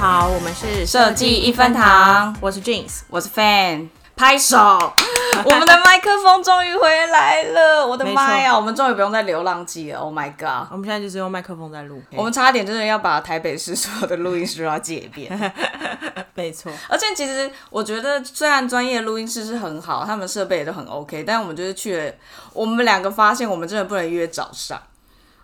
好，我们是设计一分堂我是 Jeans。我是 Fan，拍手！我们的麦克风终于回来了，我的没错妈呀，我们终于不用再流浪记了，Oh my god！我们现在就是用麦克风在录，我们差点真的要把台北市所有的录音室都要借一遍， 没错，而且其实我觉得，虽然专业录音室是很好，他们设备也都很 OK，但我们就是去了，我们两个发现我们真的不能约早上。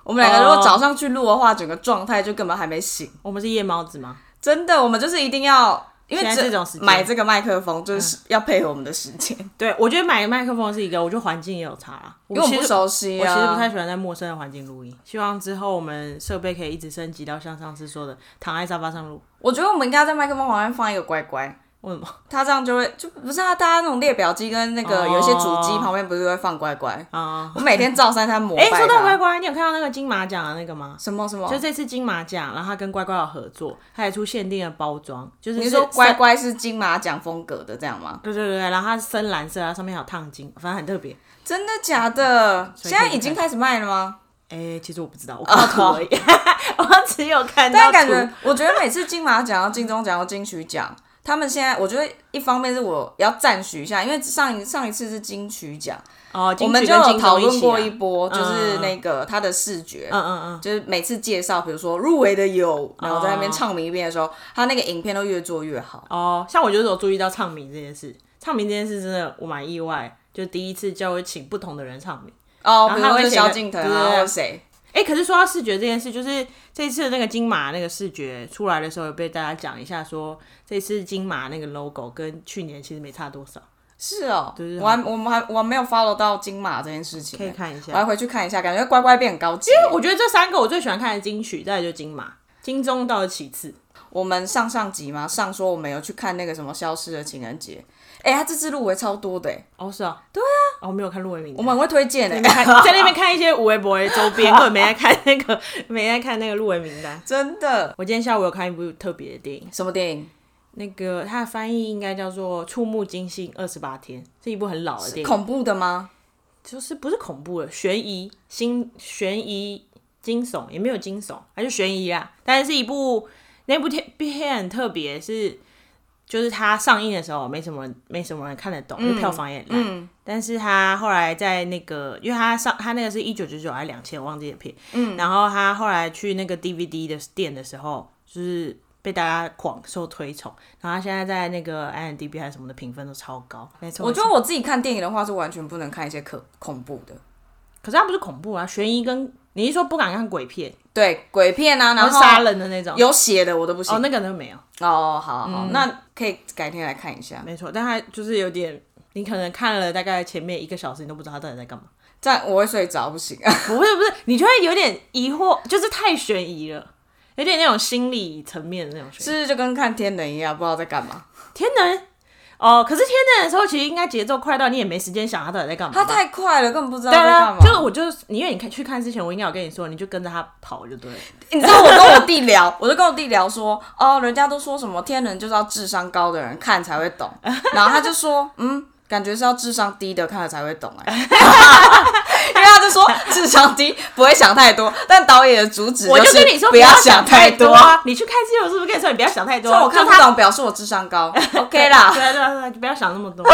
我们两个如哦果早上去录的话，整个状态就根本还没醒。我们是夜猫子吗？真的，我们就是一定要，因为现在这种时间买这个麦克风就是要配合我们的时间，对，我觉得买麦克风是一个，我觉得环境也有差啦，因因为我们其不实熟悉我啊。其实不太喜欢在陌生的环境录音，希望之后我们设备可以一直升级到像上次说的，躺在沙发上录。我觉得我们应该在麦克风旁边放一个乖乖，为什么？它这样就会就不是啊，大家那种列表机跟那个哦有一些主机旁边不是会放乖乖？ 啊、我每天照三 餐膜拜哎、它。说到乖乖，你有看到那个金马奖的那个吗？什么什么？就这次金马奖，然后他跟乖乖有合作，他也出限定的包装，就是你是说是乖乖是金马奖风格的这样吗？对对对，对然后它是深蓝色，然后上面还有烫金，反正很特别。真的假 的？所以现在已经开始卖了吗？哎、其实我不知道，我看到图 而已，我只有看到哦但图。感觉， 我觉得每次金马奖、要金钟奖、要金曲奖，他们现在我觉得一方面是我要赞许一下，因为上一上一次是金曲奖，哦，我金们曲就跟有金讨钟论起啊过一波，就是嗯那个它的视觉，嗯嗯嗯，就是每次介绍，比如说入围的有，然后在那边唱名一遍的时候，他那个影片都越做越好。哦，像我就是有注意到唱名这件事，唱名这件事真的我蛮意外，就第一次就会请不同的人唱名。哦，然后比如他说会就写一个萧敬腾对对啊，对或者谁，哎、可是说到视觉这件事，就是这次那个金马那个视觉出来的时候，有被大家讲一下说，这次金马那个 logo 跟去年其实没差多少，是哦对对，对我还我们还我还没有 follow 到金马这件事情，可以看一下我还回去看一下，感觉乖乖变很高 级。我觉得这三个我最喜欢看的金曲，再来就金马，金钟到了其次。我们上上集嘛，上说我们有去看那个什么《消失的情人节》，哎，他这次入围超多的，哎哦，是啊，对啊，哦，我没有看入围名单，我们很会推荐在那边 哎，看在那边看一些无微博的周边，根本没在看那个，没在看那个入围名单。 真的。我今天下午有看一部特别的电影，什么电影？那个它的翻译应该叫做《触目惊心二十八天》，是一部很老的电影，恐怖的吗？就是不是恐怖的，悬疑、新悬疑、惊悚，也没有惊悚，还是悬疑啦。但是是一部那部片片很特别，是就是它上映的时候没什么人没什么人看得懂，因为票房也烂。但是他后来在那个，因为他上他那个是一九九九还是两千，我忘记了片。嗯，然后他后来去那个 DVD 的店的时候，就是被大家广受推崇，然后他现在在那个 IMDB 还是什么的评分都超高。没错，我觉得我自己看电影的话，是完全不能看一些可恐怖的，可是它不是恐怖啊，悬疑跟你是说不敢看鬼片，对鬼片啊，然然后后杀人的那种？有血的我都不行。哦，那个都没有，哦，好好，那可以改天来看一下。没错，但他就是有点，你可能看了大概前面一个小时，你都不知道他到底在干嘛。 这样我会睡着，不行。 不是不是，你就会有点疑惑，就是太悬疑了，有点那种心理层面的那种悬疑。是不是就跟看天人一样，不知道在干嘛？天能哦，可是天能的时候，其实应该节奏快到你也没时间想他到底在干嘛他吧。太快了，根本不知道对在干啊，嘛。就是 我就是，因为你看去看之前，我应该有跟你说，你就跟着他跑就对了。你知道我跟我弟 聊，我就跟我弟聊说，哦，人家都说什么天人就是要智商高的人看才会懂， 然后他就说，嗯，感觉是要智商低的看了才会懂哎、 因为他就说智商低不会想太多，但导演的主旨我是跟你说，不要想太多，啊！你去看之前，我是不是跟你说你不要想太多啊虽？然我看就不他懂，表示我智商 高 ，OK 啦，对啊对啊对啊，就不要想那么 多。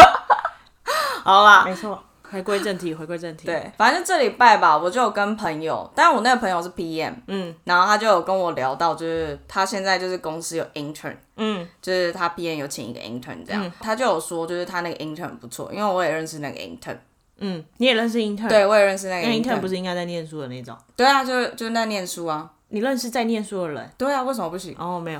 好啦，没错，回归正题，回归正题。，对，反正这礼拜吧，我就有跟朋友，但我那个朋友是 PM，嗯，然后他就有跟我聊到，就是他现在就是公司有 intern，嗯，就是他 PM 有请一个 intern 这样，他就有说就是他那个 intern 不错，因为我也认识那个 intern，嗯，你也认识 intern，，对我也认识那个那 intern 不 intern，是应该在念书的那种？对啊，就是就是那念书啊，你认识在念书的人？对啊，为什么不行？哦， 没有，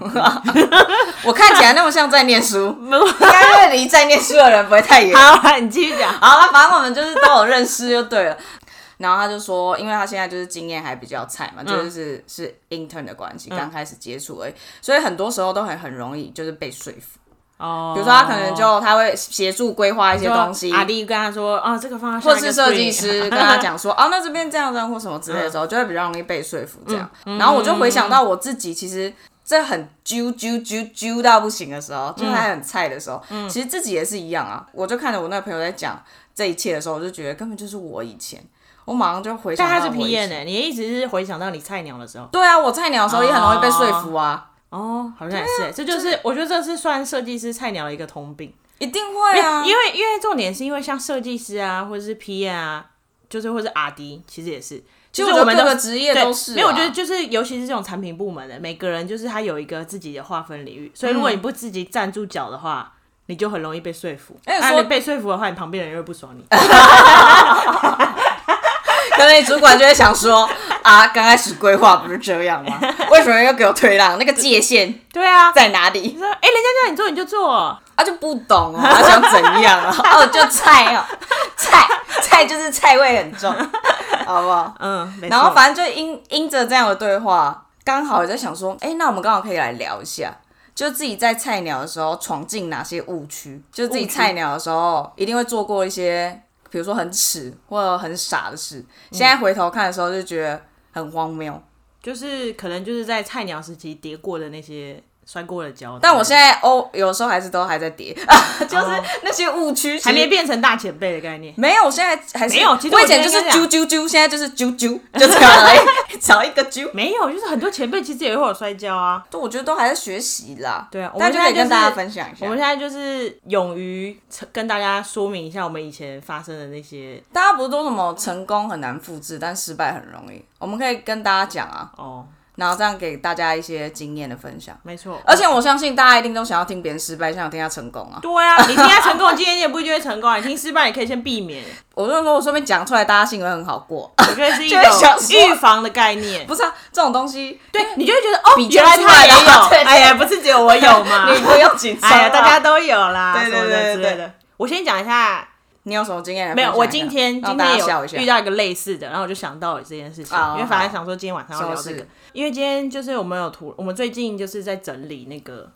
我看起来那么像在念书， 没有。应该会离在念书的人不会太远。好，你继续讲。好了，反正我们就是都有认识就对了。 然后他就说，因为他现在就是经验还比较菜嘛，就是是是 intern 的关系，刚开始接触而已，所以很多时候都很很容易就是被说服。哦，比如说他可能就他会协助规划一些东西，阿丽跟他说啊，这个方案，或是设 计师跟他讲说，哦，那这边这样这样或什么之类的时候，嗯就会比较容易被说服这样。然后我就回想到我自己，其实这很揪揪揪揪到不行的时候，嗯就是还很菜的时候，其实自己也是一样啊。我就看着我那个朋友在讲这一切的时候，我就觉得根本就是我以前，我马上就回想但到他是欸我以 P N 前呢，你一直是回想到你菜鸟的时候。对啊，我菜鸟的时候也很容易被说服啊。哦，好像也是欸，这啊就是我觉得这是算设计师菜鸟的一个通病。一定会啊，因为因为重点是因为像设计师啊，或者是 P 啊，就是或者是 R D，其实也是，其就实是我我们们各都个职业对都是啊，没有，我觉得就是尤其是这种产品部门的，每个人就是他有一个自己的划分领域，所以如果你不自己站住脚的话。你就很容易被说服，嗯哎啊，说哎你被说服的话，你旁边的人又会不爽你。可能你主管就会想说啊，刚开始规划不是这 样吗？为什么要给我推让？那个界限对啊，在哪里你？说，哎、人家叫你做你就做，啊，就不懂 哦，他想怎样啊？哦，就菜哦，菜菜就是菜味很重， 好不好？嗯，没然后错反正就因因着这样的对话，刚好也在想说，哎、那我们刚好可以来聊一下，就自己在菜鸟的时候闯进哪些误区，就自己误区菜鸟的时候一定会做过一些，比如说很耻或者很傻的事，现在回头看的时候就觉得很荒谬。就是可能就是在菜鸟时期跌过的那些摔过的跤，但我现在哦，有时候还是都还在叠， 就是那些误区其实还没变成大前辈的概念。没有，我现在还是没有其实我以我觉前得就是应该啾啾啾，现在就是啾 啾，就这样而已，找一个啾。没有，就是很多前辈其实也会有摔跤啊。就我觉得都还在学习啦，对啊我但们就可以现在就跟是大家分享一下。我们现在就是勇于跟大家说明一下我们以前发生的那些大家不是都什么成功很难复制，但失败很容易？我们可以跟大家讲啊，哦，然后这样给大家一些经验的分享。没错。而且我相信大家一定都想要听别人失败，想要听他成功啊。对啊，你听他成功，今天你也不一定会成功啊。你听失败，你可以先避免。我就说，我顺便讲出来，大家心里会很好过。 我觉得是一种就会想说预防的概念。不是啊，这种东西对，你就会觉得哦，比较原来他也出来了对有。哎呀，不是只有我有吗？ 你不用紧张啊。哎呀，大家都有啦，对对什么的对对之类对的。我先讲一下，你有什么经验来没分有，享一下？我今天让今大天家笑一有下遇。到一个类似的，然后我就想到了这件事情，哦因为反正想说今天晚上要聊什这么个事，因为今天就是我们有图，我们最近就是在整理那个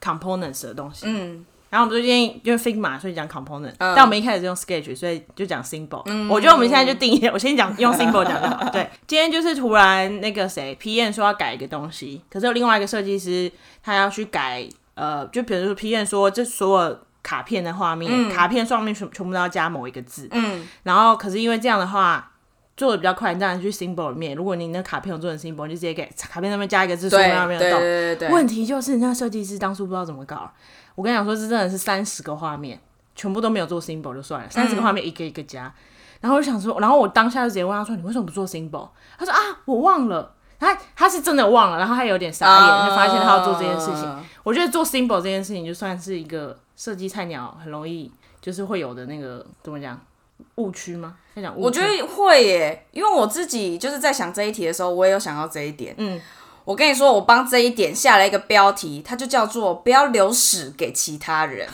components 的东西，嗯，然后我们最近因为 Figma 所以讲 component，、嗯但我们一开始是用 Sketch，所以就讲 symbol。我觉得我们现在就定义，我先讲用 symbol 讲就好。 对，今天就是突然那个谁 P N 说要改一个东西，可是有另外一个设计师他要去改，呃，就比如说 P N 说这所有。卡片的画面，嗯卡片上面全全部都要加某一个字，嗯，然后可是因为这样的话做的比较快，你当然去 symbol 里面，如果你那卡片有做成 symbol，你就直接给卡片上面加一个字，说对明上面对的动，对对对对，问题就是那设计师当初不知道怎么搞。我跟你讲说，这真的是三十个画面，全部都没有做 symbol 就算了，三十个画面一个一个加。然后我就想说，然后我当下就直接问他说：“你为什么不做 symbol？” 他说：“啊，我忘了。他”他是真的忘了，然后他有点傻眼，就发现他要做这件事情。啊我觉得做 symbol 这件事情，就算是一个设计菜鸟很容易就是会有的那个怎么讲误区吗？在讲误区，我觉得会耶，因为我自己就是在想这一题的时候，我也有想到这一点。嗯，我跟你说，我帮这一点下了一个标题，它就叫做“不要留屎给其他人” 。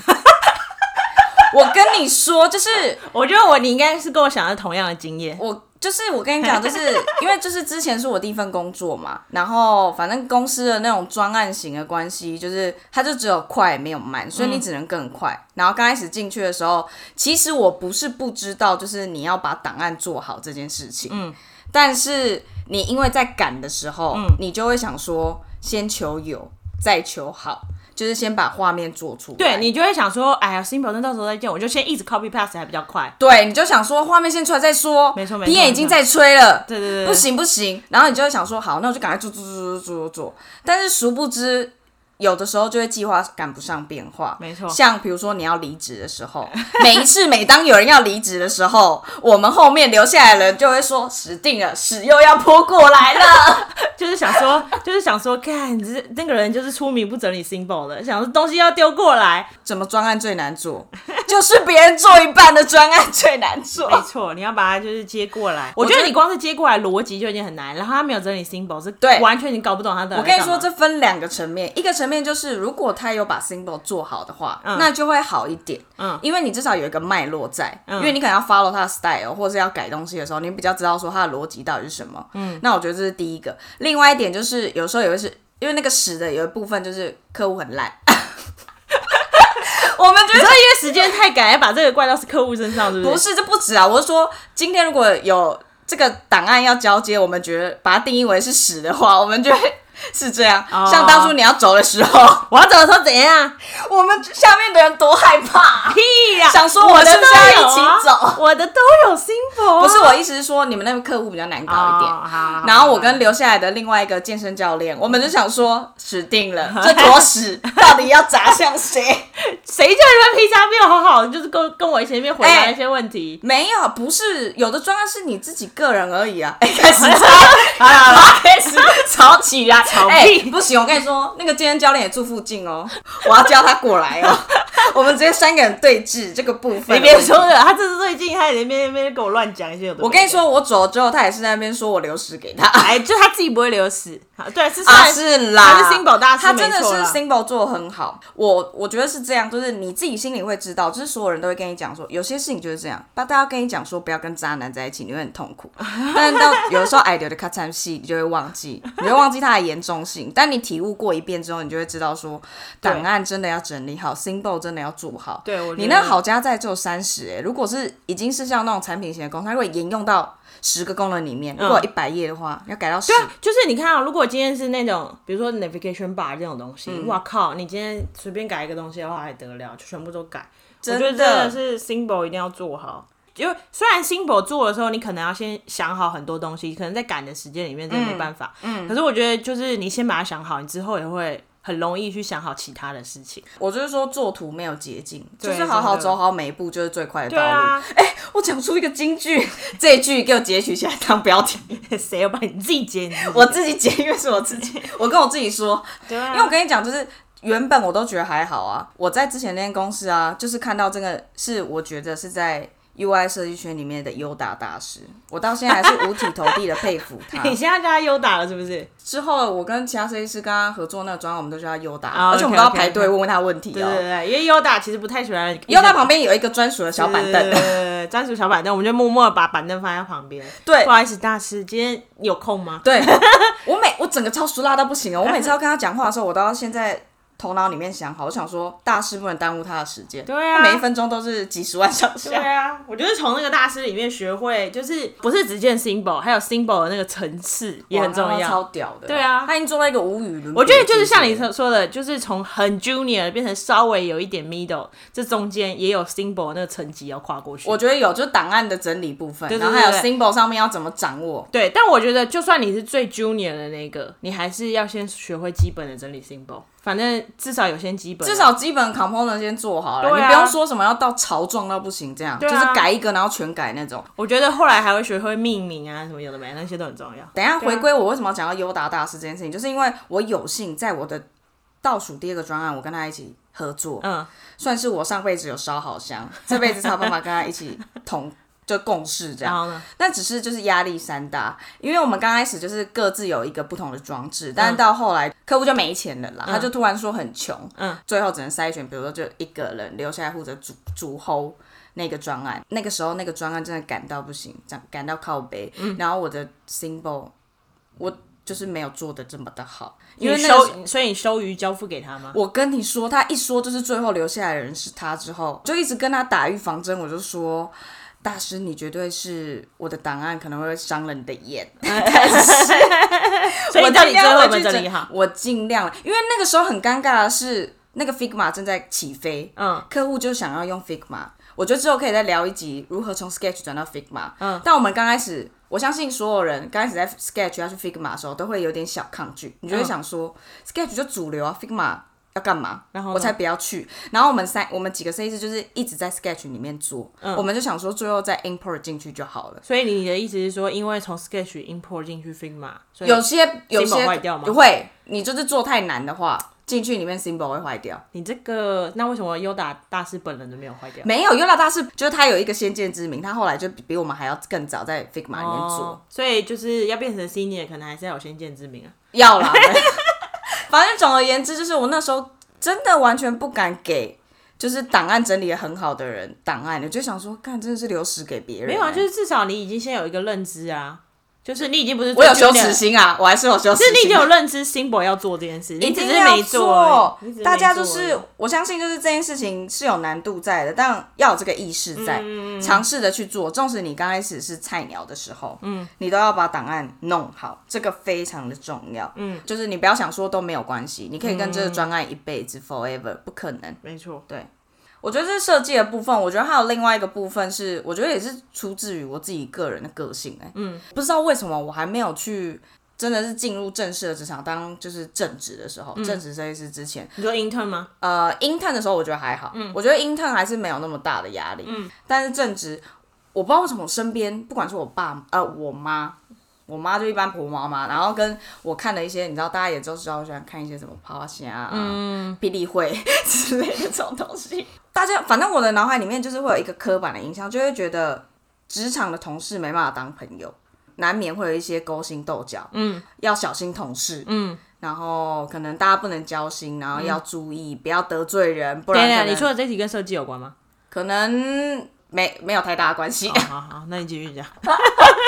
我跟你说，就是我觉得我你应该是跟我想的同样的经验。我就是我跟你讲，就是 因为就是之前是我第一份工作嘛，然后反正公司的那种专案型的关系，就是它就只有快没有慢，所以嗯你只能更快。然后刚开始进去的时候，其实我不是不知道，就是你要把档案做好这件事情，嗯，但是你因为在赶的时候，嗯你就会想说先求有，再求好。就是先把画面做出来，对你就会想说，哎呀，symbol 那到时候再见，我就先一直 copy paste 还比较快。对，你就想说画面先出来再说，没错没错鼻眼已经在吹了，对对对，不行不行，然后你就会想说，好，那我就赶快做做做做做做做。但是殊不知，有的时候就会计划赶不上变化。没错像比如说你要离职的时候，每一次每当有人要离职的时候，我们后面留下来的人就会说，死定了，屎又要泼过来了。 就是想说， 就是想说，看，这那个人就是出名不整理 symbol 的，想说东西要丢过来。怎么专案最难做？就是别人做一半的专案最难做。没错，你要把它就是接过来。我觉觉得得你光是接过来逻辑就已经很难，然后他没有整理 symbol，是对完全你搞不懂他的。我跟你说，这分两个层面，一个层面就是如果他有把 symbol 做好的话，那就会好一点，嗯因为你至少有一个脉络在，因为你可能要 follow 他的 style 或是要改东西的时候，你比较知道说他的逻辑到底是什么，嗯，那我觉得这是第一个。另外一点就是有时候也会是因为那个屎的有一部分就是客户很烂，我们你觉得知道因为时间太赶，要把这个怪到客户身上，是不是？不是，这不止啊！我是说，今天如果有这个档案要交接，我们觉得把它定义为是屎的话， 我们就会是这样。哦像当初你要走的时候， 我要走的时候怎样？我们下面的人多害怕啊、屁呀、想说我是不是要一我的都有啊起走？我的都有 symbol，啊不是我意思是说你们那个客户比较难搞一点。哦好好然后我跟好留下来的另外一个健身教练，我们就想说，死定 了，这坨屎到底要砸向谁？谁叫你们平常没有好好，就是跟跟我前面回答一些问题。没有，不是有的专案是你自己个人而已啊！哎，开 始吵，好了好了，哎 开始吵起来，吵哎屁不行，我跟你说，那个健身教练也住附近哦，我要叫他过来 哦。我们直接三个人对峙这个部哎分。哦你别说了，他这是最近他也在那边那边跟我乱讲一些有的没的我跟你，说，我走了之后，他也是在那边说我流失给他。哎，就他自己不会流屎，好对，是啊，算是啦，他是 symbol 大师他真的没错是啦 symbol 做的很好。我我觉得是这样，就是你自己心里会知道，就是所有人都会跟你讲说，有些事情就是这样。但大家跟你讲说，不要跟渣男在一起，你会很痛 苦。但是到有的时候，矮流的咔嚓戏，你就会忘记，你就忘记它的严重性。但你体悟过一遍之后，你就会知道说，对档案真的要整理好，symbol 真的要做好。对我觉得你那好加在只有三十哎，如果是已经是像那种产品型的公司，它会沿用到十个功能里面。如果一百页的话，要改到十嗯对啊，就是你看啊，如果今天是那种，比如说 navigation bar 这种东西，哇靠，你今天随便改一个东西的话还得了，就全部都改。我觉得真真的的是 symbol 一定要做好，因为虽然 symbol 做的时候，你可能要先想好很多东西，可能在赶的时间里面真的没办法。嗯。可是我觉得就是你先把它想好，你之后也会很容易去想好其他的事情。我就是说，做图没有捷径，就对是好好真的走好每一步，就是最快的对道路。啊， 我讲出一个金句， 这一句给我截取起来当标题， 谁要帮你你自己接？你自己我自己截，因为是我自 己，我跟我自己说，对啊，。因为我跟你讲，就是原本我都觉得还好啊。我在之前那间公司啊，就是看到这个是我觉得是在 UI 设计圈里面的优达大师，我到现在还是五体投地的佩服 他你现在叫他优打了是不是？之后我跟其他设计师跟他合作那个专案，我们都叫他优达，啊而且我们都要 OK，OK，OK 排队问问他问题对对哦。对，因为优打其实不太喜欢优达旁边有一个专属的小板凳。呃，专属小板凳，我们就默默地把板凳放在旁边。对不好意思，大师，今天有空吗？ 对我每我整个超熟辣到不行哦！我每次要跟他讲话的时候，我都要现在头脑里面想好，我想说大事不能耽误他的时间。对啊他每一分钟都是几十万上对下。啊，我就是从那个大师里面学会，就是不是只见 symbol，还有 symbol 的那个层次也很重哇他要。超屌的。对啊他已经做到一个无与伦比的境界。我觉得就是像你说说的，就是从很 junior 变成稍微有一点 middle，这中间也有 symbol 那个层级要跨过去。我觉得有，就是档案的整理部分，对对然后还有对 symbol 上面要怎么掌握。对，但我觉得就算你是最 junior 的那个，你还是要先学会基本的整理 symbol，反正至少有些基本啊。至少基本 component 先做好了，对啊你不用说什么要到潮状到不行这样，对啊就是改一个然后全改那种。我觉得后来还会学会命名啊，什么有的没的，那些都很重要。等一下回归我为什么要讲到优达大师这件事情，就是因为我有幸在我的倒数第二个专案，我跟他一起合作，嗯，算是我上辈子有烧好香，这辈子才有办法跟他一起同就共事这然样。后呢？但只是就是压力山大，因为我们刚开始就是各自有一个不同的装置，但是到后来客户就没钱了啦，他就突然说很穷，嗯，最后只能筛选，比如说就一个人留下来负责主主吼那个专案，那个时候那个专案真的赶到不行，赶赶到靠背，嗯然后我的 symbol 我就是没有做的这么的好，因为你那个时候收，所以你收鱼交付给他吗？我跟你说，他一说就是最后留下来的人是他之后，就一直跟他打预防针。我就说，大师，你绝对是我的档案可能会伤了你的 眼，但是所以我你到底最尽量后有会没有去整理好？我尽量，因为那个时候很尴尬的是，那个 Figma 正在起飞，嗯，客户就想要用 Figma。我觉得之后可以再聊一集如何从 Sketch 转到 Figma。嗯，但我们刚开始，我相信所有人刚开始在 Sketch 要去 Figma 的时候，都会有点小抗拒，你就会想说、Sketch 就主流啊，Figma 要干嘛？然后呢我才不要去。然后我们三我们几个设计师就是一直在 Sketch 里面做，嗯我们就想说最后再 import 进去就好了。所以你的意思是说，因为从 Sketch import 进去 Figma，所以有些有 symbol 些坏掉吗会，你就是做太难的话，进去里面 symbol 会坏掉。你这个那为什么优达大师本人都没有坏掉？没有，优拉大师就是他有一个先见之明，他后来就比比我们还要更早在 Figma 里面做。哦，所以就是要变成 senior，可能还是要有先见之明啊。要啦， 反正总而言之，就是我那时候真的完全不敢给。就是档案整理的很好的人，档案我就想说，看真的是流失给别人、没有啊，欸就是至少你已经先有一个认知啊，就是你已经不是我最有羞 junior 耻心啊，我还是有羞是耻心。你已经有认知 symbol 要做这件事，你一只定是要没做而已，你只没大家就做而是已我相信，就是这件事情是有难度在的，但要有这个意识在，尝试的去做。纵使你刚开始是菜鸟的时候，嗯，你都要把档案弄好，这个非常的重要。嗯，就是你不要想说都没有关系，你可以跟这个专案一辈子、forever，不可能。没错。对，我觉得这是设计的部分，我觉得还有另外一个部分是，我觉得也是出自于我自己个人的个性、哎，嗯，不知道为什么我还没有去。真的是进入正式的职场，当就是正职的时候，正职设计师之前，你说 intern 吗？呃，intern 的时候我觉得还好，我觉得 intern 还是没有那么大的压力，但是正职，我不知道为什么我身边，不管是我爸呃我妈，我妈就一般婆妈嘛，然后跟我看的一些，你知道大家也都知道，我喜欢看一些什么趴虾啊、嗯霹雳会之类的这种东西，大家反正我的脑海里面就是会有一个刻板的印象，就会觉得职场的同事没办法当朋友。难免会有一些勾心斗角，嗯，要小心同事，嗯，然后可能大家不能交心，然后要注意、不要得罪人，不嗯对然呀，可能你说的这题跟设计有关吗？可能没没有太大的关系，哦好好，那你继续讲。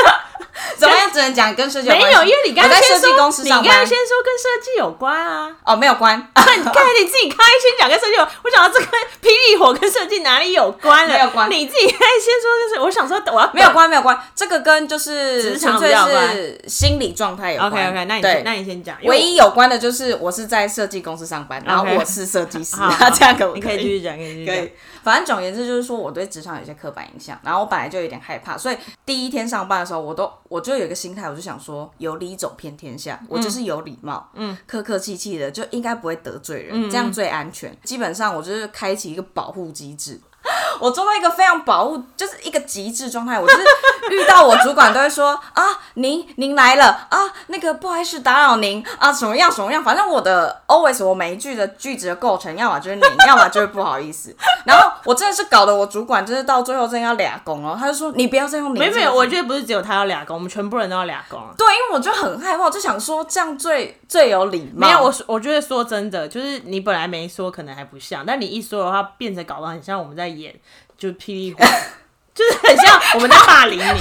怎么样只能讲跟设计没关系有，因为你刚我刚在先设说计公司你刚上刚班先说跟设计有关啊。哦，没有 关，那你看你自己开先讲跟设计有关，我想到这跟霹雳火跟设计哪里有关了？没有关你自己开先说跟设计，我想说我要没有关，没有关，这个跟就是职场纯比较有粹关是心理状态有关。 OK OK，那你对先那你先讲，因为唯一有关的就是我是在设计公司上班，然后 OK 我是设计师好，好 这样可不你可以继续讲，可以继续可讲以。，反正总而言之就是说，我对职场有一些刻板印象，然后我本来就有点害怕，所以第一天上班的时候，我都我就有一个心态，我就想说，有理走遍天下，我就是有礼貌，嗯，客客气气的，就应该不会得罪人，这样最安全。基本上我就是开启一个保护机制。我做到一个非常保护，就是一个极致状态。我就是遇到我主管都会说啊，您您来了啊，那个不好意思打扰您啊，什么样什么样，反正我的 always 我每一句的句子的构成，要么就是您，要么就是不好意思。然后我真的是搞得我主管就是到最后真的要俩工哦，他就说你不要再用您没有这个字，没有，我觉得不是只有他要俩工，我们全部人都要俩工啊。对，因为我就很害怕，我就想说这样最最有礼貌。没有，我说我觉得说真的，就是你本来没说，可能还不像，但你一说的话，变成搞得很像我们在演，就是霹雳 火，就是很像我们在霸凌你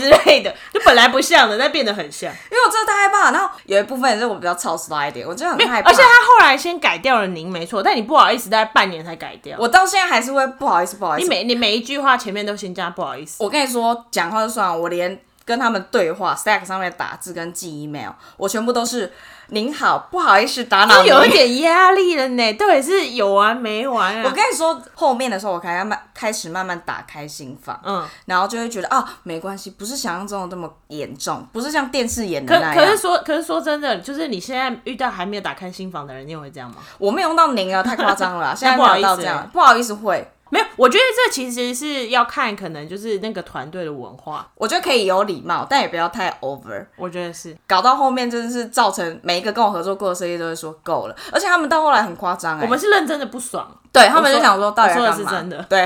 之类 的，就本来不像的，但变得很像。因为我真的太害怕。然后有一部分也是我比较操死啦一点，我真的很害怕。而且他后来先改掉了您没错，但你不好意思，大概半年才改掉。我到现在还是会不好意思，不好意你思。每你每一句话前面都先加不好意思，我跟你说，讲话就算了，我连跟他们对话，Slack 上面打字跟寄 email，我全部都是您好，不好意思打扰就您。有一点压力了呢。到底是有完没完我啊？跟你说，后面的时候我开慢开始慢慢打开心房，嗯，然后就会觉得啊，没关系，不是想象中的那么严重，不是像电视演的可那样。可是说，可是说真的，就是你现在遇到还没有打开心房的人，你也会这样吗？我没有用到您啊，太夸 张了啊，现在不好没有到这意思样，不好意思会，没有，我觉得这其实是要看，可能就是那个团队的文化，我觉得可以有礼貌，但也不要太 over。我觉得是。搞到后面真的是造成每一个跟我合作过的设计都会说够了，而且他们到后来很夸张哎，我们是认真的不爽，对他们就想我说说到底要我说的干嘛是真的对，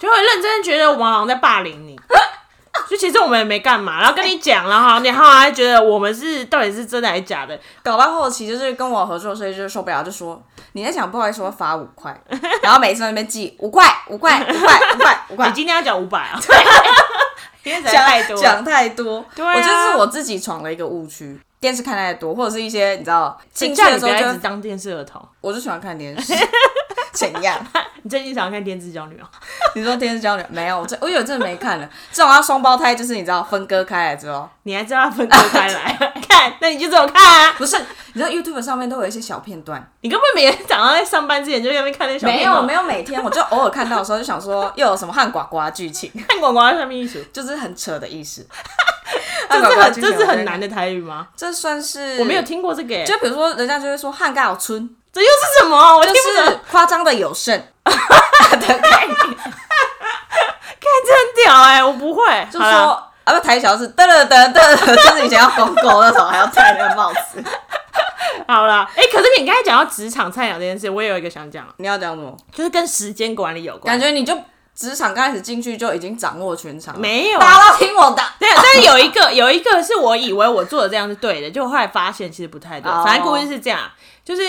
就会认真地觉得我们好像在霸凌你。 就其实我们也没干嘛，然后跟你讲了哈，然后还觉得我们是到底是真的还是假的，搞到后期就是跟我合作，所以就受不了，就说你在想不好意思，我罚五 块，然后每次在那边记五块五块五块五块 五你块，今天要讲五百啊？今天才讲太多了。讲太多，对啊我就是我自己闯了一个误区，电视看太多，或者是一些你知道进去叫的你时不候要一直就当电视儿童。我就喜欢看电视， 怎样？你最近常看《天之娇女》吗？哦你说电视交流没有？我这我有真的没看了，这种要双胞胎就是你知道分割开来之后，你还知道它分割开来 看？那你就这么看啊！不是你知道 YouTube 上面都有一些小片段，你根本每天早上在上班之前就在那边看那小没片段有没有每天，我就偶尔看到的时候就想说 又有什么汉呱呱剧情， 看广告上面一组，就是很扯的意思。这汉呱是呱很剧情这是很难我觉得，的台语吗？这算是我没有。听过这个耶、就比如说，人家就会说汉高村，这又是什么？我就听不懂。是夸张的有剩的概念，看这很屌哎、我不会。就好啦说啊不台小是噔噔噔噔，就是以前要狗狗那种还要戴那个帽子。 好啦，哎、可是你刚才讲到职场菜鸟这件事，我也有一个想讲，你要讲什么？就是跟时间管理有关感。觉你就职场刚开始进去就已经掌握全场了，没有啊大家都听我的。 对，但是有一个有一个是我以为我做的这样是对的，就后来发现其实不太对。哦反正故事是这样，就是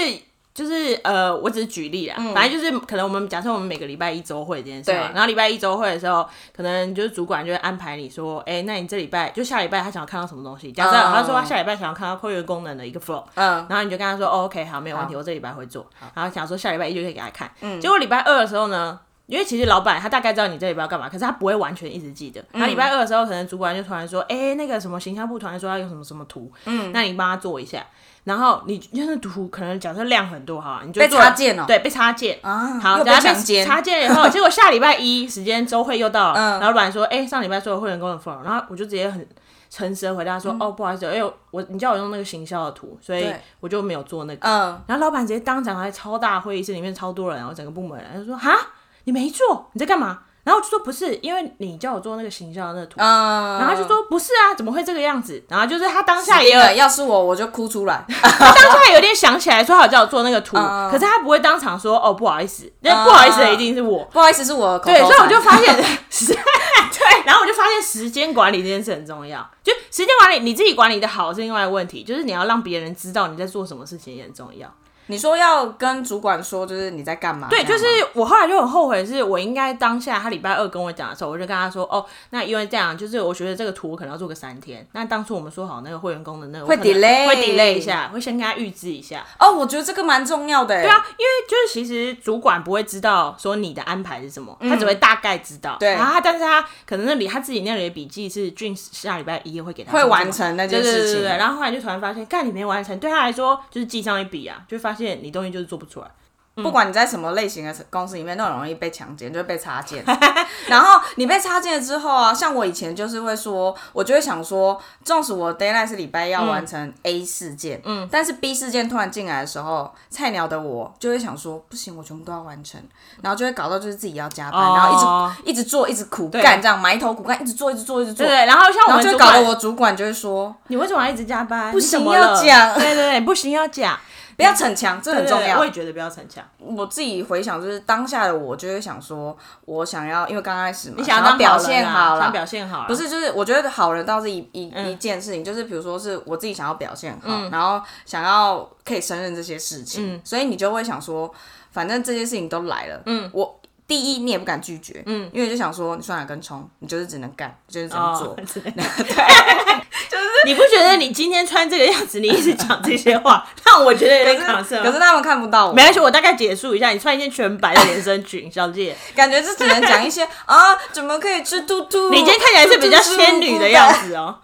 就是呃，我只是举例啦，反正就是可能我们假设我们每个礼拜一周会这件事嘛，嗯对然后礼拜一周会的时候，可能就是主管就会安排你说，哎、那你这礼拜就下礼拜他想要看到什么东西？假设哦他说他下礼拜想要看到会员功能的一个 flow，嗯，然后你就跟他说、哦、，OK，好，没有问题，我这礼拜会做。然后想说下礼拜一就可以给他看。结果礼拜二的时候呢，因为其实老板他大概知道你这礼拜要干嘛，可是他不会完全一直记得。嗯然后礼拜二的时候，可能主管就突然说：“哎、那个什么形象部突然说要用什么什么图，嗯，那你帮他做一下。”然后你就是图可能假设量很多啊哈，你就被做了插件哦对，被插件啊好，又被等下强奸嗯插件以后，结果下礼拜一时间周会又到了，然后老板说：“哎、上礼拜所有会员跟我 follow。”然后我就直接很诚实的回答说：“哦，不好意思，哎、我你叫我用那个行销的图，所以嗯对我就没有做那个。”嗯，然后老板直接当场还超大会议室里面超多人，然后整个部门人他就说：“哈，你没做，你在干嘛？”然后我就说：“不是，因为你叫我做那个形象的那个图。嗯，然后他就说：“不是啊，怎么会这个样子？”然后就是他当下也有，对，要是我我就哭出来。他当下有点想起来说好叫我做那个图，嗯可是他不会当场说：“哦，不好意思。”那不好意思的一定是我。不好意思，是我的口头对，所以我禅就发现，是对，然后我就发现时间管理这件事很重要。就时间管理，你自己管理的好是另外一个问题，就是你要让别人知道你在做什么事情也很重要。 你说要跟主管说，就是你在干嘛？对，这就样是吗我后来就很后悔，是我应该当下他礼拜二跟我讲的时候，我就跟他说，哦，那因为这样，就是我觉得这个图我可能要做个三天。那当初我们说好那个会员工的那个我会可能 delay 会 delay 一下，会先跟他预支一下。哦，我觉得这个蛮重要的欸。对对啊，因为就是其实主管不会知道说你的安排是什么，他只会大概知道。嗯对然后他但是他可能那里他自己那里的笔记是俊下礼拜一会给他做会什么完成那件事情对对对对对然后后来就突然发现，干你没完成，对他来说就是记上一笔啊，就发现你东西就是做不出来。不管你在什么类型的公司里面，都很容易被强奸，就会被插 件。然后你被插件了之后啊，像我以前就是会说，我就会想说，纵使我 d a y l i g h t 是礼拜要完成 A 事件，嗯，但是 B 事件突然进来的时候，菜鸟的我就会想说，不行，我全部都要完成，然后就会搞到就是自己要加班，哦然后一直一直做，一直苦干，这样埋头苦干，一直做，一直做，一直做对，，对，然后像我然后们就主会搞管得我主管就会说，你为什么要一直加班？不你怎行么要了讲对对对，不行要讲，不要逞强， 这很重对对要。对我也觉得不要逞强，我自己回想，就是当下的我就会想说，我想要，因为刚开始嘛，你想要当表好人现啊好嗯想啦，表现好啦，不是，就是我觉得好人倒是一一、一件事情，就是比如说是我自己想要表现好，然后想要可以胜任这些事情，所以你就会想说，反正这些事情都来了，嗯，我。第一，你也不敢拒绝，嗯，因为你就想说，你算哪根葱，你就是只能干，你就是只能做，哦 之类的你不觉得你今天穿这个样子，你一直讲这些话，让我觉得有点可抗是色可。是他们看不到我没，关系，我大概解释一下，你穿一件全白的连身裙，小姐，感觉是只能讲一些 啊，怎么可以吃兔兔？你今天看起来是比 较仙女的样子哦。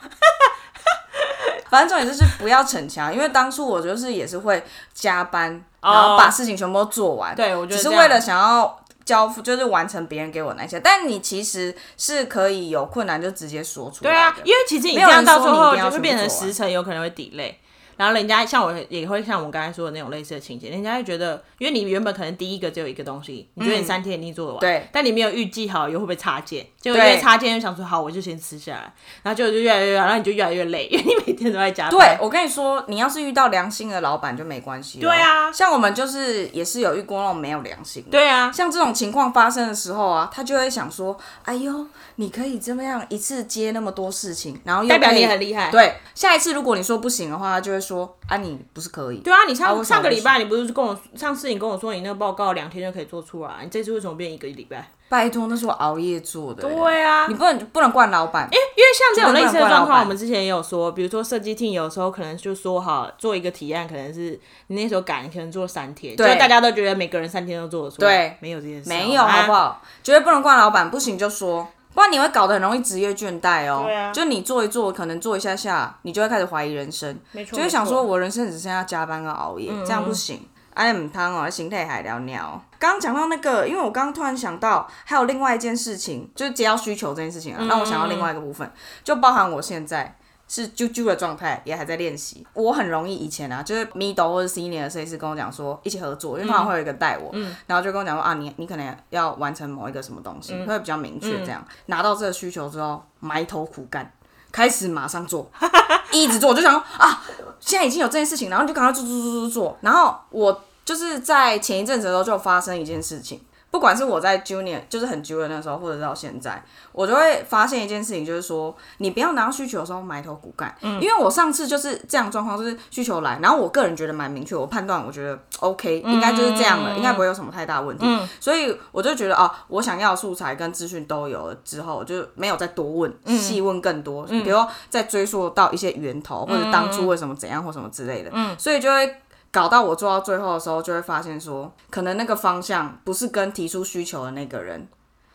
反正重点就是不要逞强，因为当初我就是也是会加班，然后把事情全部都做完。哦对我觉得只是这样为了想要交付，就是完成别人给我那些。但你其实是可以有困难就直接说出来对的。啊，因为其实你这没有人样到说最你一后定就要会全部变成做完啊时辰有可能会 delay，然后人家像我也会像我刚才说的那种类似的情节，人家会觉得，因为你原本可能第一个只有一个东西，你觉得你三天一定做得完，对但你没有预计好又会不会插件，结果因对为插件就想说好我就先吃下来，然后结果就越来越，然后你就越来越累，因为你每天都在加班，对，我跟你说，你要是遇到良心的老板就没关系了。对啊像我们就是也是有遇过那种没有良心的。对啊，像这种情况发生的时候啊，他就会想说：“哎呦，你可以这么样一次接那么多事情，然后又代表可以你很厉害对，下一次如果你说不行的话，他就会说：“啊，你不是可以？”对啊，你啊上、为什么上个礼拜你不是跟我上次你跟我说你那个报告两天就可以做出来，你这次为什么变一个礼拜？拜托，那是我熬夜做的。对啊你不能不能惯老板。因为因为像这种类似的状就跟况，老我板们之前也有说，比如说设计 team 有时候可能就说好做一个提案，可能是你那时候赶，你可能做三天，就对大家都觉得每个人三天都做得出来，对没有这件事，哦啊没有，好不吗？好？绝对不能惯老板，不行就说，不然你会搞得很容易职业倦怠哦。对啊就你做一做，可能做一下下，你就会开始怀疑人生，没错就会想没说，错我人生只剩下加班跟熬夜，这样不行。哎，唔汤哦，心态还聊聊。刚刚讲到那个，因为我刚刚突然想到，还有另外一件事情，就是接到需求这件事情啊，让我想到另外一个部分，就包含我现在是啾啾的状态，也还在练习。我很容易以前啊，就是 middle 或者 senior 的设计师跟我讲说一起合作，因为通常会有一个带我，然后就跟我讲说啊，你你可能要完成某一个什么东西，会比较明确这样。拿到这个需求之后，埋头苦干。开始马上做， 一直做，我就想说啊，现在已经有这件事情，然后你就赶快做做做做做。然后我就是在前一阵子的时候就发生一件事情，不管是我在 junior 就是很 junior 那时候，或者到现在，我就会发现一件事情，就是说你不要拿到需求的时候埋头苦干，因为我上次就是这样的状况，就是需求来，然后我个人觉得蛮明确，我判断我觉得哦 OK，应该就是这样了，应该不会有什么太大问题，所以我就觉得哦，我想要的素材跟资讯都有了之后，我就没有再多问，细问更多，比如说再追溯到一些源头，或者当初为什么怎样或什么之类的，所以就会搞到我做到最后的时候，就会发现说，可能那个方向不是跟提出需求的那个人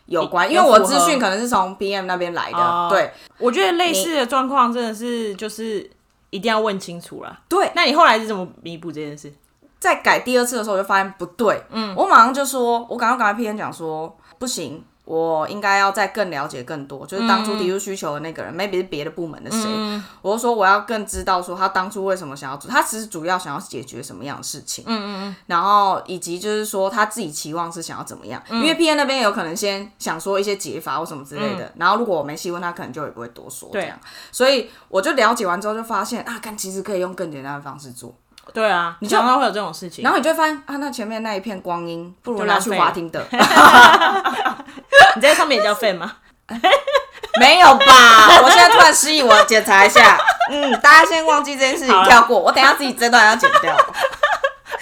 有关，因为我资讯可能是从 PM 那边来的，哦对我觉得类似的状况真的是就是一定要问清楚啦。对。那你后来是怎么弥补这件事？在改第二次的时候，我就发现不对，嗯，我马上就说，我赶快赶快 PM 讲说，不行，我应该要再更了解更多，就是当初提出需求的那个人、m a y b e 是别的部门的谁，我就说我要更知道说他当初为什么想要做，他其实主要想要解决什么样的事情，嗯嗯嗯，然后以及就是说他自己期望是想要怎么样，因为 PM 那边有可能先想说一些解法或什么之类的，然后如果我没细问，他可能就也不会多说这对样，所以我就了解完之后就发现啊，看其实可以用更简单的方式做。对啊，你想到会有这种事情，然后你就会发现啊，那前面那一片光阴，不如就拿浪去费滑了听 的，你在上面也叫 fan 吗？没有吧？我现在突然失忆，我检查 一下。嗯，大家先忘记这件事情好，啦跳过。我等一下自己这段要剪 掉。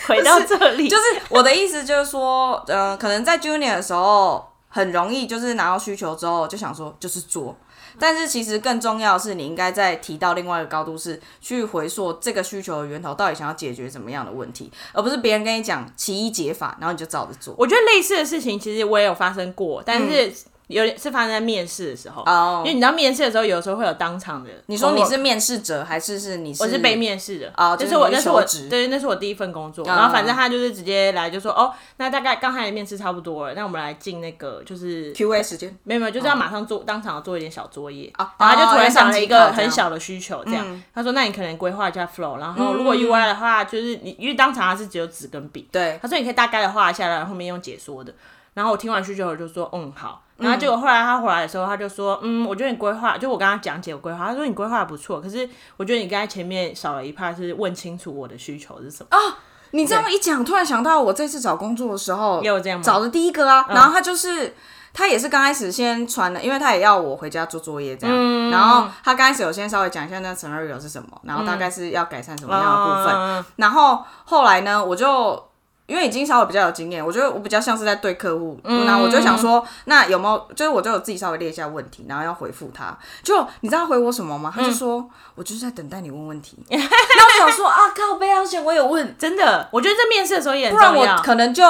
回到这里，就是我的意思，就是说，呃，可能在 junior 的时候，很容易就是拿到需求之后，就想说就是做。但是其实更重要的是，你应该再提到另外一个高度，是去回溯这个需求的源头到底想要解决怎么样的问题，而不是别人跟你讲其一解法，然后你就照着做。我觉得类似的事情其实我也有发生过，但是有点是发生在面试的时候，嗯哦因为你知道面试的时候有时候会有当场的 homework。你说你是面试者，还是是你是我是被面试的哦就就是是我你那是是我求职啊对，那是我第一份工作。然后反正他就是直接来就说哦，那大概刚才的面试差不多了，那我们来进那个就是 Q&A 时间？没有没有，就是要马上做当场做一点小作业，哦然后他就突然要想上了一机考个这很样小的需求，这样、他说那你可能规划一下 flow，然后如果 UI 的话，就是你因为当场他是只有纸跟笔，对，他说你可以大概的画一下，然后后面用解说的。然后我听完需求，我就说嗯好。然后结果后来他回来的时候，他就说嗯，我觉得你规划，就我跟他讲解我规划，他说你规划得不错，可是我觉得你刚才前面少了一 part 是问清楚我的需求是什么。你这样一讲，突然想到我这次找工作的时候，也有嗯这样吗找的第一个啊，然后他就是。他也是刚开始先传的，因为他也要我回家做作业这样。嗯然后他刚开始有先稍微讲一下那 scenario 是什么，然后大概是要改善什么样的部分。嗯然后后来呢，我就因为已经稍微比较有经验，我觉得我比较像是在对客户，那、我就想说，那有没有就是我就有自己稍微列一下问题，然后要回复他。就你知道他回我什么吗？他就说、我就是在等待你问问题。那我想说啊，靠背好险我有问，真的，我觉得这面试的时候也很不然 重我要。可能就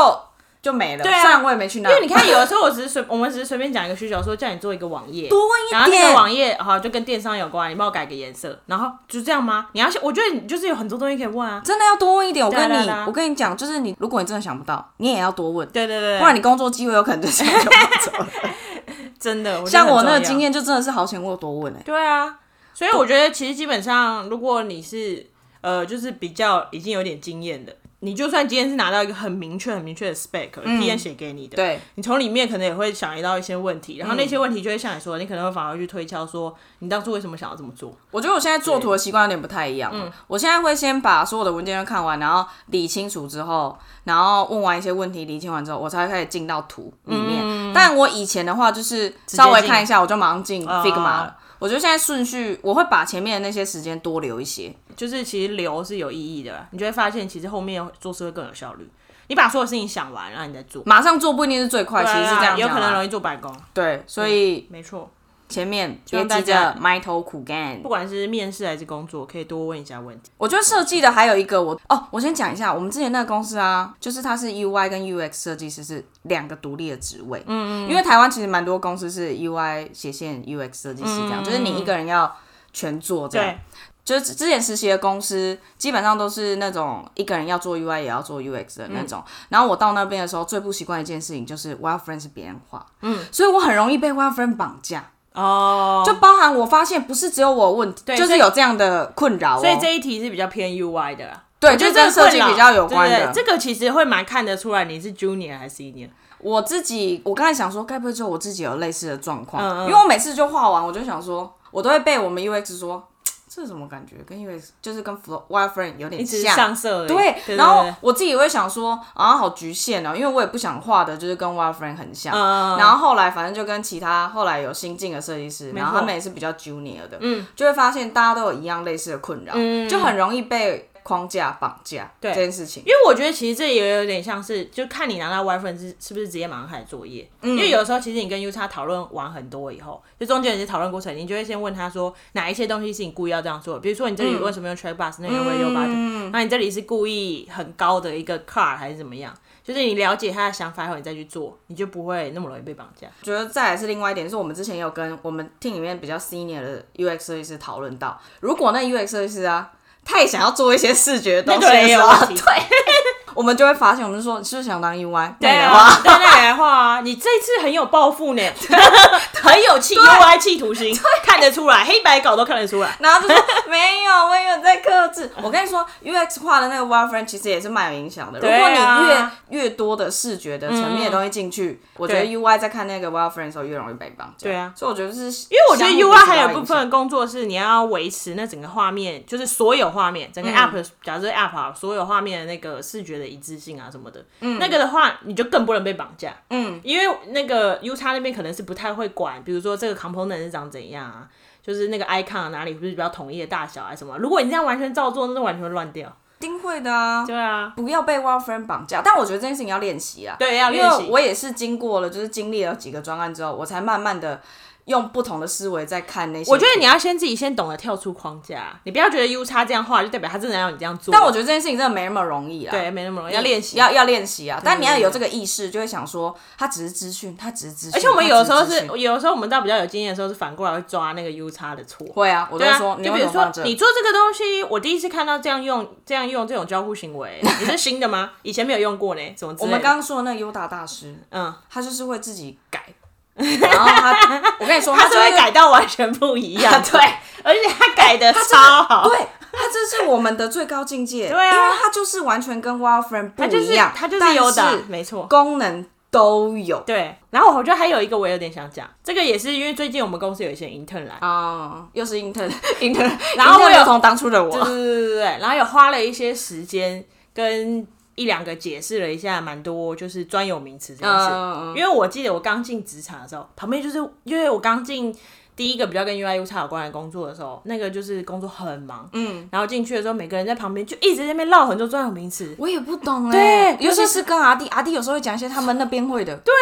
就没了。啊虽然我也没去那，因为 你看，有的时候我只是随，我们只是随便讲一个需求，说叫你做一个网页，多问然后一那个点，网页好就跟电商有关，你帮我改个颜色，然后就这样吗？你要先，我觉得你就是有很多东西可以问啊。真的要多问一点。我跟对啊你对啊我跟你讲，就是你如果你真的想不到，你也要多问。对对对，不然你工作机会有可能就这 样就跑走了。真的，觉得像很我那个重要经验，就真的是好险我有多问哎、对啊，所以我觉得其实基本上，如果你是呃，就是比较已经有点经验的，你就算今天是拿到一个很明确、很明确的 spec，p 验写给你的，嗯对，嗯你从里面可能也会想到一些问题，然后那些问题就会像你说的，你可能会反而去推敲说，你当初为什么想要这么做？我觉得我现在做图的习惯有点不太一样。嗯我现在会先把所有的文件都看完，然后理清楚之后，然后问完一些问题，理清完之后，我才会开始进到图里面。嗯但我以前的话，就是稍微看一下，我就马上进啊 Figma 了。我觉得现在顺序，我会把前面的那些时间多留一些。就是其实留是有意义的啦，你就会发现其实后面做事会更有效率。你把所有事情想完，然后你再做，马上做不一定是最快，其实是这样有讲可能嗯啊。容易做白工。对，所以没错，前面望别大急家着埋头苦干不。管是面试还是工作，可以多问一下问题。我觉得设计的还有一个我哦，我先讲一下，我们之前那个公司啊，就是它是 UI 跟 UX 设计师是两个独立的职位，嗯嗯，因为台湾其实蛮多公司是 UI 斜线 UX 设计师这样，就是你一个人要全做这样嗯对。就是之之前实习的公司，基本上都是那种一个人要做 UI 也要做 UX 的那嗯种。然后我到那边的时候，最不习惯一件事情就是我要 friend 是别人画，嗯，所以我很容易被 w i friend 绑架，哦，就包含我发现不是只有我有问题，对就是有这样的困扰、哦。所以这一题是比较偏 UI 的啦。对，我觉就得是跟这设个计困扰比较有关对对的。对这个其实会蛮看得出来你是 junior 还是 senior。我自己，我刚才想说，该不会就我自己有类似的状况？嗯因为我每次就画完，我就想说，我都会被我们 UX 说，嘖这是什么感觉？跟 UX 就是跟 Flow Wireframe 有你点只是像。上色而已。对对，对，然后对我自己会想说啊，好局限哦，因为我也不想画的，就是跟 Wireframe 很像。嗯然后后来反正就跟其他后来有新进的设计师，没错然后他们也是比较 junior 的，嗯，就会发现大家都有一样类似的困扰，就很容易被框架绑架嗯对这件事情。因为我觉得其实这也有点像是，就看你拿到 Y 分是是不是直接马上开始作业。嗯因为有时候其实你跟 U 叉讨论完很多以后，就中间有些讨论过程，你就会先问他说哪一些东西是你故意要这样做的，比如说你这里嗯为什么用 track bus，、那里为 U 八的，那你这里是故意很高的一个 car 还是怎么样？就是你了解他的想法以后，你再去做，你就不会那么容易被绑架。觉得再来是另外一点，是我们之前也有跟我们 team 里面比较 senior 的 UX 设计师讨论到，如果那 UX 设计师啊太想要做一些视觉的那东个西人的也有时候问啊，题，我们就会发现，我们就说你是不是想当 UI？对那你的话，啊，对那来的话啊，你这次很有抱负 呢，很有气 UI 企图心，看得出来，黑白稿都看得出来。然后就说没有，我也有在克制。我跟你说，UX 画的那个 wireframe 其实也是蛮有影响的。如对果你越啊越多的视觉的层面的东西进去，我觉得对 UI 在看那个 wireframe 的时候越容易被绑架。对啊所以我觉得是，因为我觉得相互 UI 还比较有影一部响分工作是嗯你要维持那整个画面，就是所有画面，整个 App，、假设 App 好，所有画面的那个视觉的一致性啊什么的，那个的话你就更不能被绑架，嗯，因为那个 U 叉那边可能是不太会管，比如说这个 component 是长怎样啊，就是那个 icon 哪里是不是比较统一的大小啊什么，如果你这样完全照做，那就完全会乱掉。一定会的啊。对啊，不要被 wireframe 绑架，但我觉得这件事情要练习啊。对要因练习为我也是经过了，就是经历了几个专案之后，我才慢慢的用不同的思维在看那些。我觉得你要先自己先懂得跳出框架，你不要觉得 U 叉这样画就代表他真的要你这样做，但我觉得这件事情真的没那么容易啊。对没那么容易，要练习。要要练习啊！但你要有这个意识，就会想说，它只是资讯，它只是资讯。而且我们有时候它只是资讯，有时候我们到比较有经验的时候，是反过来会抓那个 U 叉的错。会啊，我都对会啊说，，你就为比什如么放说这？你做这个东西，我第一次看到这样用、这样用这种交互行为，你是新的吗？以前没有用过呢，怎么之我类的？们刚刚说的那个优达大师，嗯，他就是会自己 改，然后他，我跟你说，他他是就会改到完全不一样， 对，而且他改的超好，对，他这是我们的最高境界，对啊因为他就是完全跟 Warframe 不他就一是样，他就但是有的，啊没错。功能都有对，然后我觉得还有一个我有点想讲，这个也是因为最近我们公司有一些 intern 来，哦啊，又是 intern intern，然后我有又从当初的对对 我，对对对，然后也花了一些时间跟一两个解释了一下蛮多就是专有名词这件事，嗯，因为我记得我刚进职场的时候，旁边就是因为我刚进第一个比较跟 UI U 差有关的工作的时候，那个就是工作很忙，嗯，然后进去的时候每个人在旁边就一直在那边唠很多专有名词，我也不懂哎、对尤其是跟阿弟，阿弟有时候会讲一些他们那边会的，对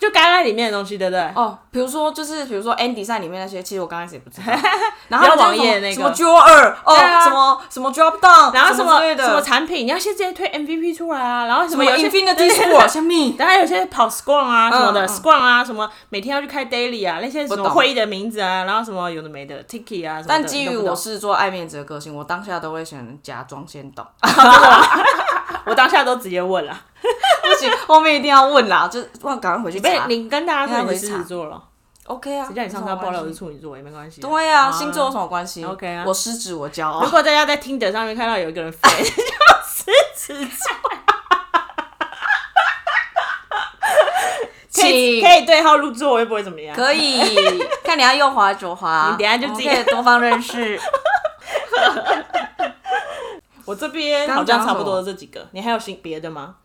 就该那里面的东西，对不对？哦，比如说就是比如说 Andy 赛里面那些，其实我刚开始也不知道， 然后比较他们网页那个什么 Draw 二哦，对啊什么什么 Drop Down，然后什什么之类的，什么产品，你要先直接推 MVP 出来啊，然后什什么么有些 Infinity Sport 什么。当然有些跑 scrum 啊什么的、嗯嗯 scrum 啊什么，每天要去开 daily 啊，那些什我么懂会议的名字啊，然后什么有的没的 ticky 啊什么的。但基你于都不懂我是做爱面子的个性，我当下都会选假装先懂， 我当下都直接问了，不行，后面一定要问啦，就是忘赶快回去你被查。你跟大家说应该你会是狮查子座了， OK 啊，谁叫你上次要没爆料我关是系处女座也没关系。对啊，星座有什么关系 OK 啊我失职，我骄傲如。果大家在听者上面看到有一个 人飞，就是狮子座， 可以请可以对号入座，我又不会怎么样。可以， 看你要右滑左滑，你等下就自己我们可以多方认识。 我这边刚好刚像讲差不什么哦多这几个，你还有新别的吗？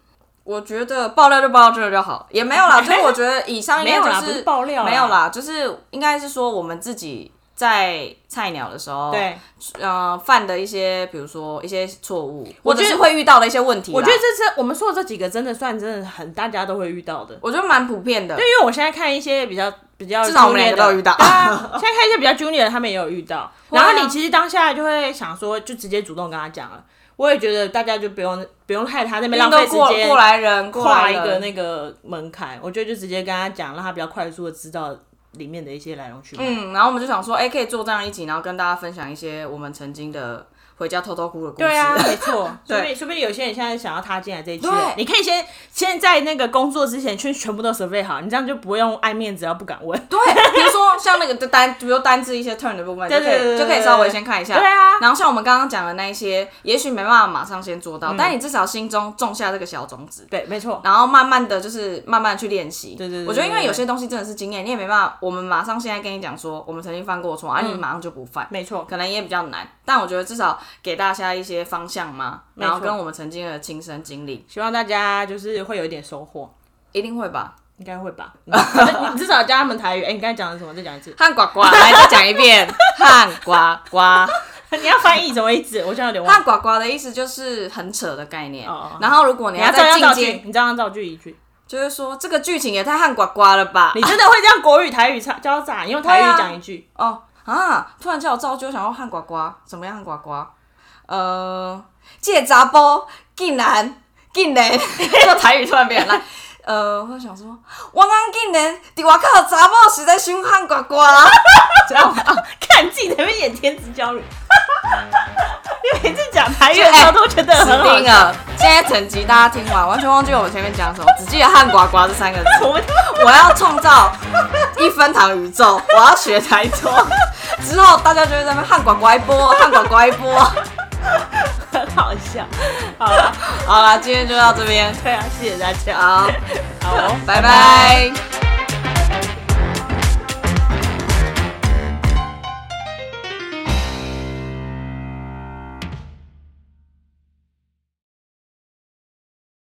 我觉得爆料就爆到这就好，也没有 啦。就是我觉得以上应没有该啦，就不是爆料，没有，啦，就是应该是说我们自己在菜鸟的时候，，对。呃，犯的一些，比如说一些错误，我或觉者得是会遇到的一些问题啦。我觉得这次我们说的这几个真的算真的很大家都会遇到的，我觉得蛮普遍的对，。因为我现在看一些比较比较至少我们 junior 两个的都有遇到对 啊，现在看一些比较 junior 的他们也有遇到，啊然后你其实当下就会想说，就直接主动跟他讲了。我也觉得大家就不用不用害他那边浪费都时过间过，来人，过跨来一个人那个门槛，我觉得就直接跟他讲，让他比较快速的知道里面的一些来龙去脉。嗯，然后我们就想说，哎、可以做这样一集，然后跟大家分享一些我们曾经的回家偷偷哭的故事。对啊，没错。 说对不定说不定有些人现在想要踏进来这一圈对，你可以先先在那个工作之前去全部都准备好，你这样就不用爱面子，然后不敢问。对，啊比如说像那个单，比如单字一些 turn 的部分，就对可对对以就可以稍微先看一下。对啊然后像我们刚刚讲的那一些，也许没办法马上先做到，但你至少心中种下这个小种子。嗯对，没错。然后慢慢的就是慢慢地去练习，对对对我觉得因对为对有些东西真的是经验，你也没办法。我们马上现在跟你讲说，我们曾经犯过错，而、啊你马上就不犯，嗯没错，可能也比较难。但我觉得至少给大家一些方向嘛，没错然后跟我们曾经的亲身经历，希望大家就是会有一点收获，一定会吧。应该会吧？ 你至少教 他们台语。哎、你刚才讲的什么？再讲一次。 汉呱呱，来再讲一遍，汉呱呱，啊你要翻译什么意思？我现在有点忘它了。 “呱呱”的意思就是很扯的概念。哦哦然后如果你你要照再样进造阶句，，你照样造句一句。就是说这个剧情也太汉呱呱了吧？你真的会这样国语台语交交杂？你用台语对啊讲一 句，哦啊！突然叫我造句，我想要汉呱呱，怎么样汉呱呱？呃，借杂包竟然竟然， 这台语突然变很烂。呃，我想说，我刚竟然伫外口查某实在想汉呱呱 啦，这样吧。看自己在那边演天之骄女。嗯你每次讲台语的就时候哎都觉得死很好定。了！现在整集大家听完，完全忘记我们前面讲什么，只记得“汉呱呱”这三个字。 我们我要创造一分堂宇宙，我要学台 中。之后大家就会在那边汉呱呱一波，汉呱呱一波。很好笑。好啊了，好啦，今天就到这边，对啊，谢谢大家。好，好哦， 拜拜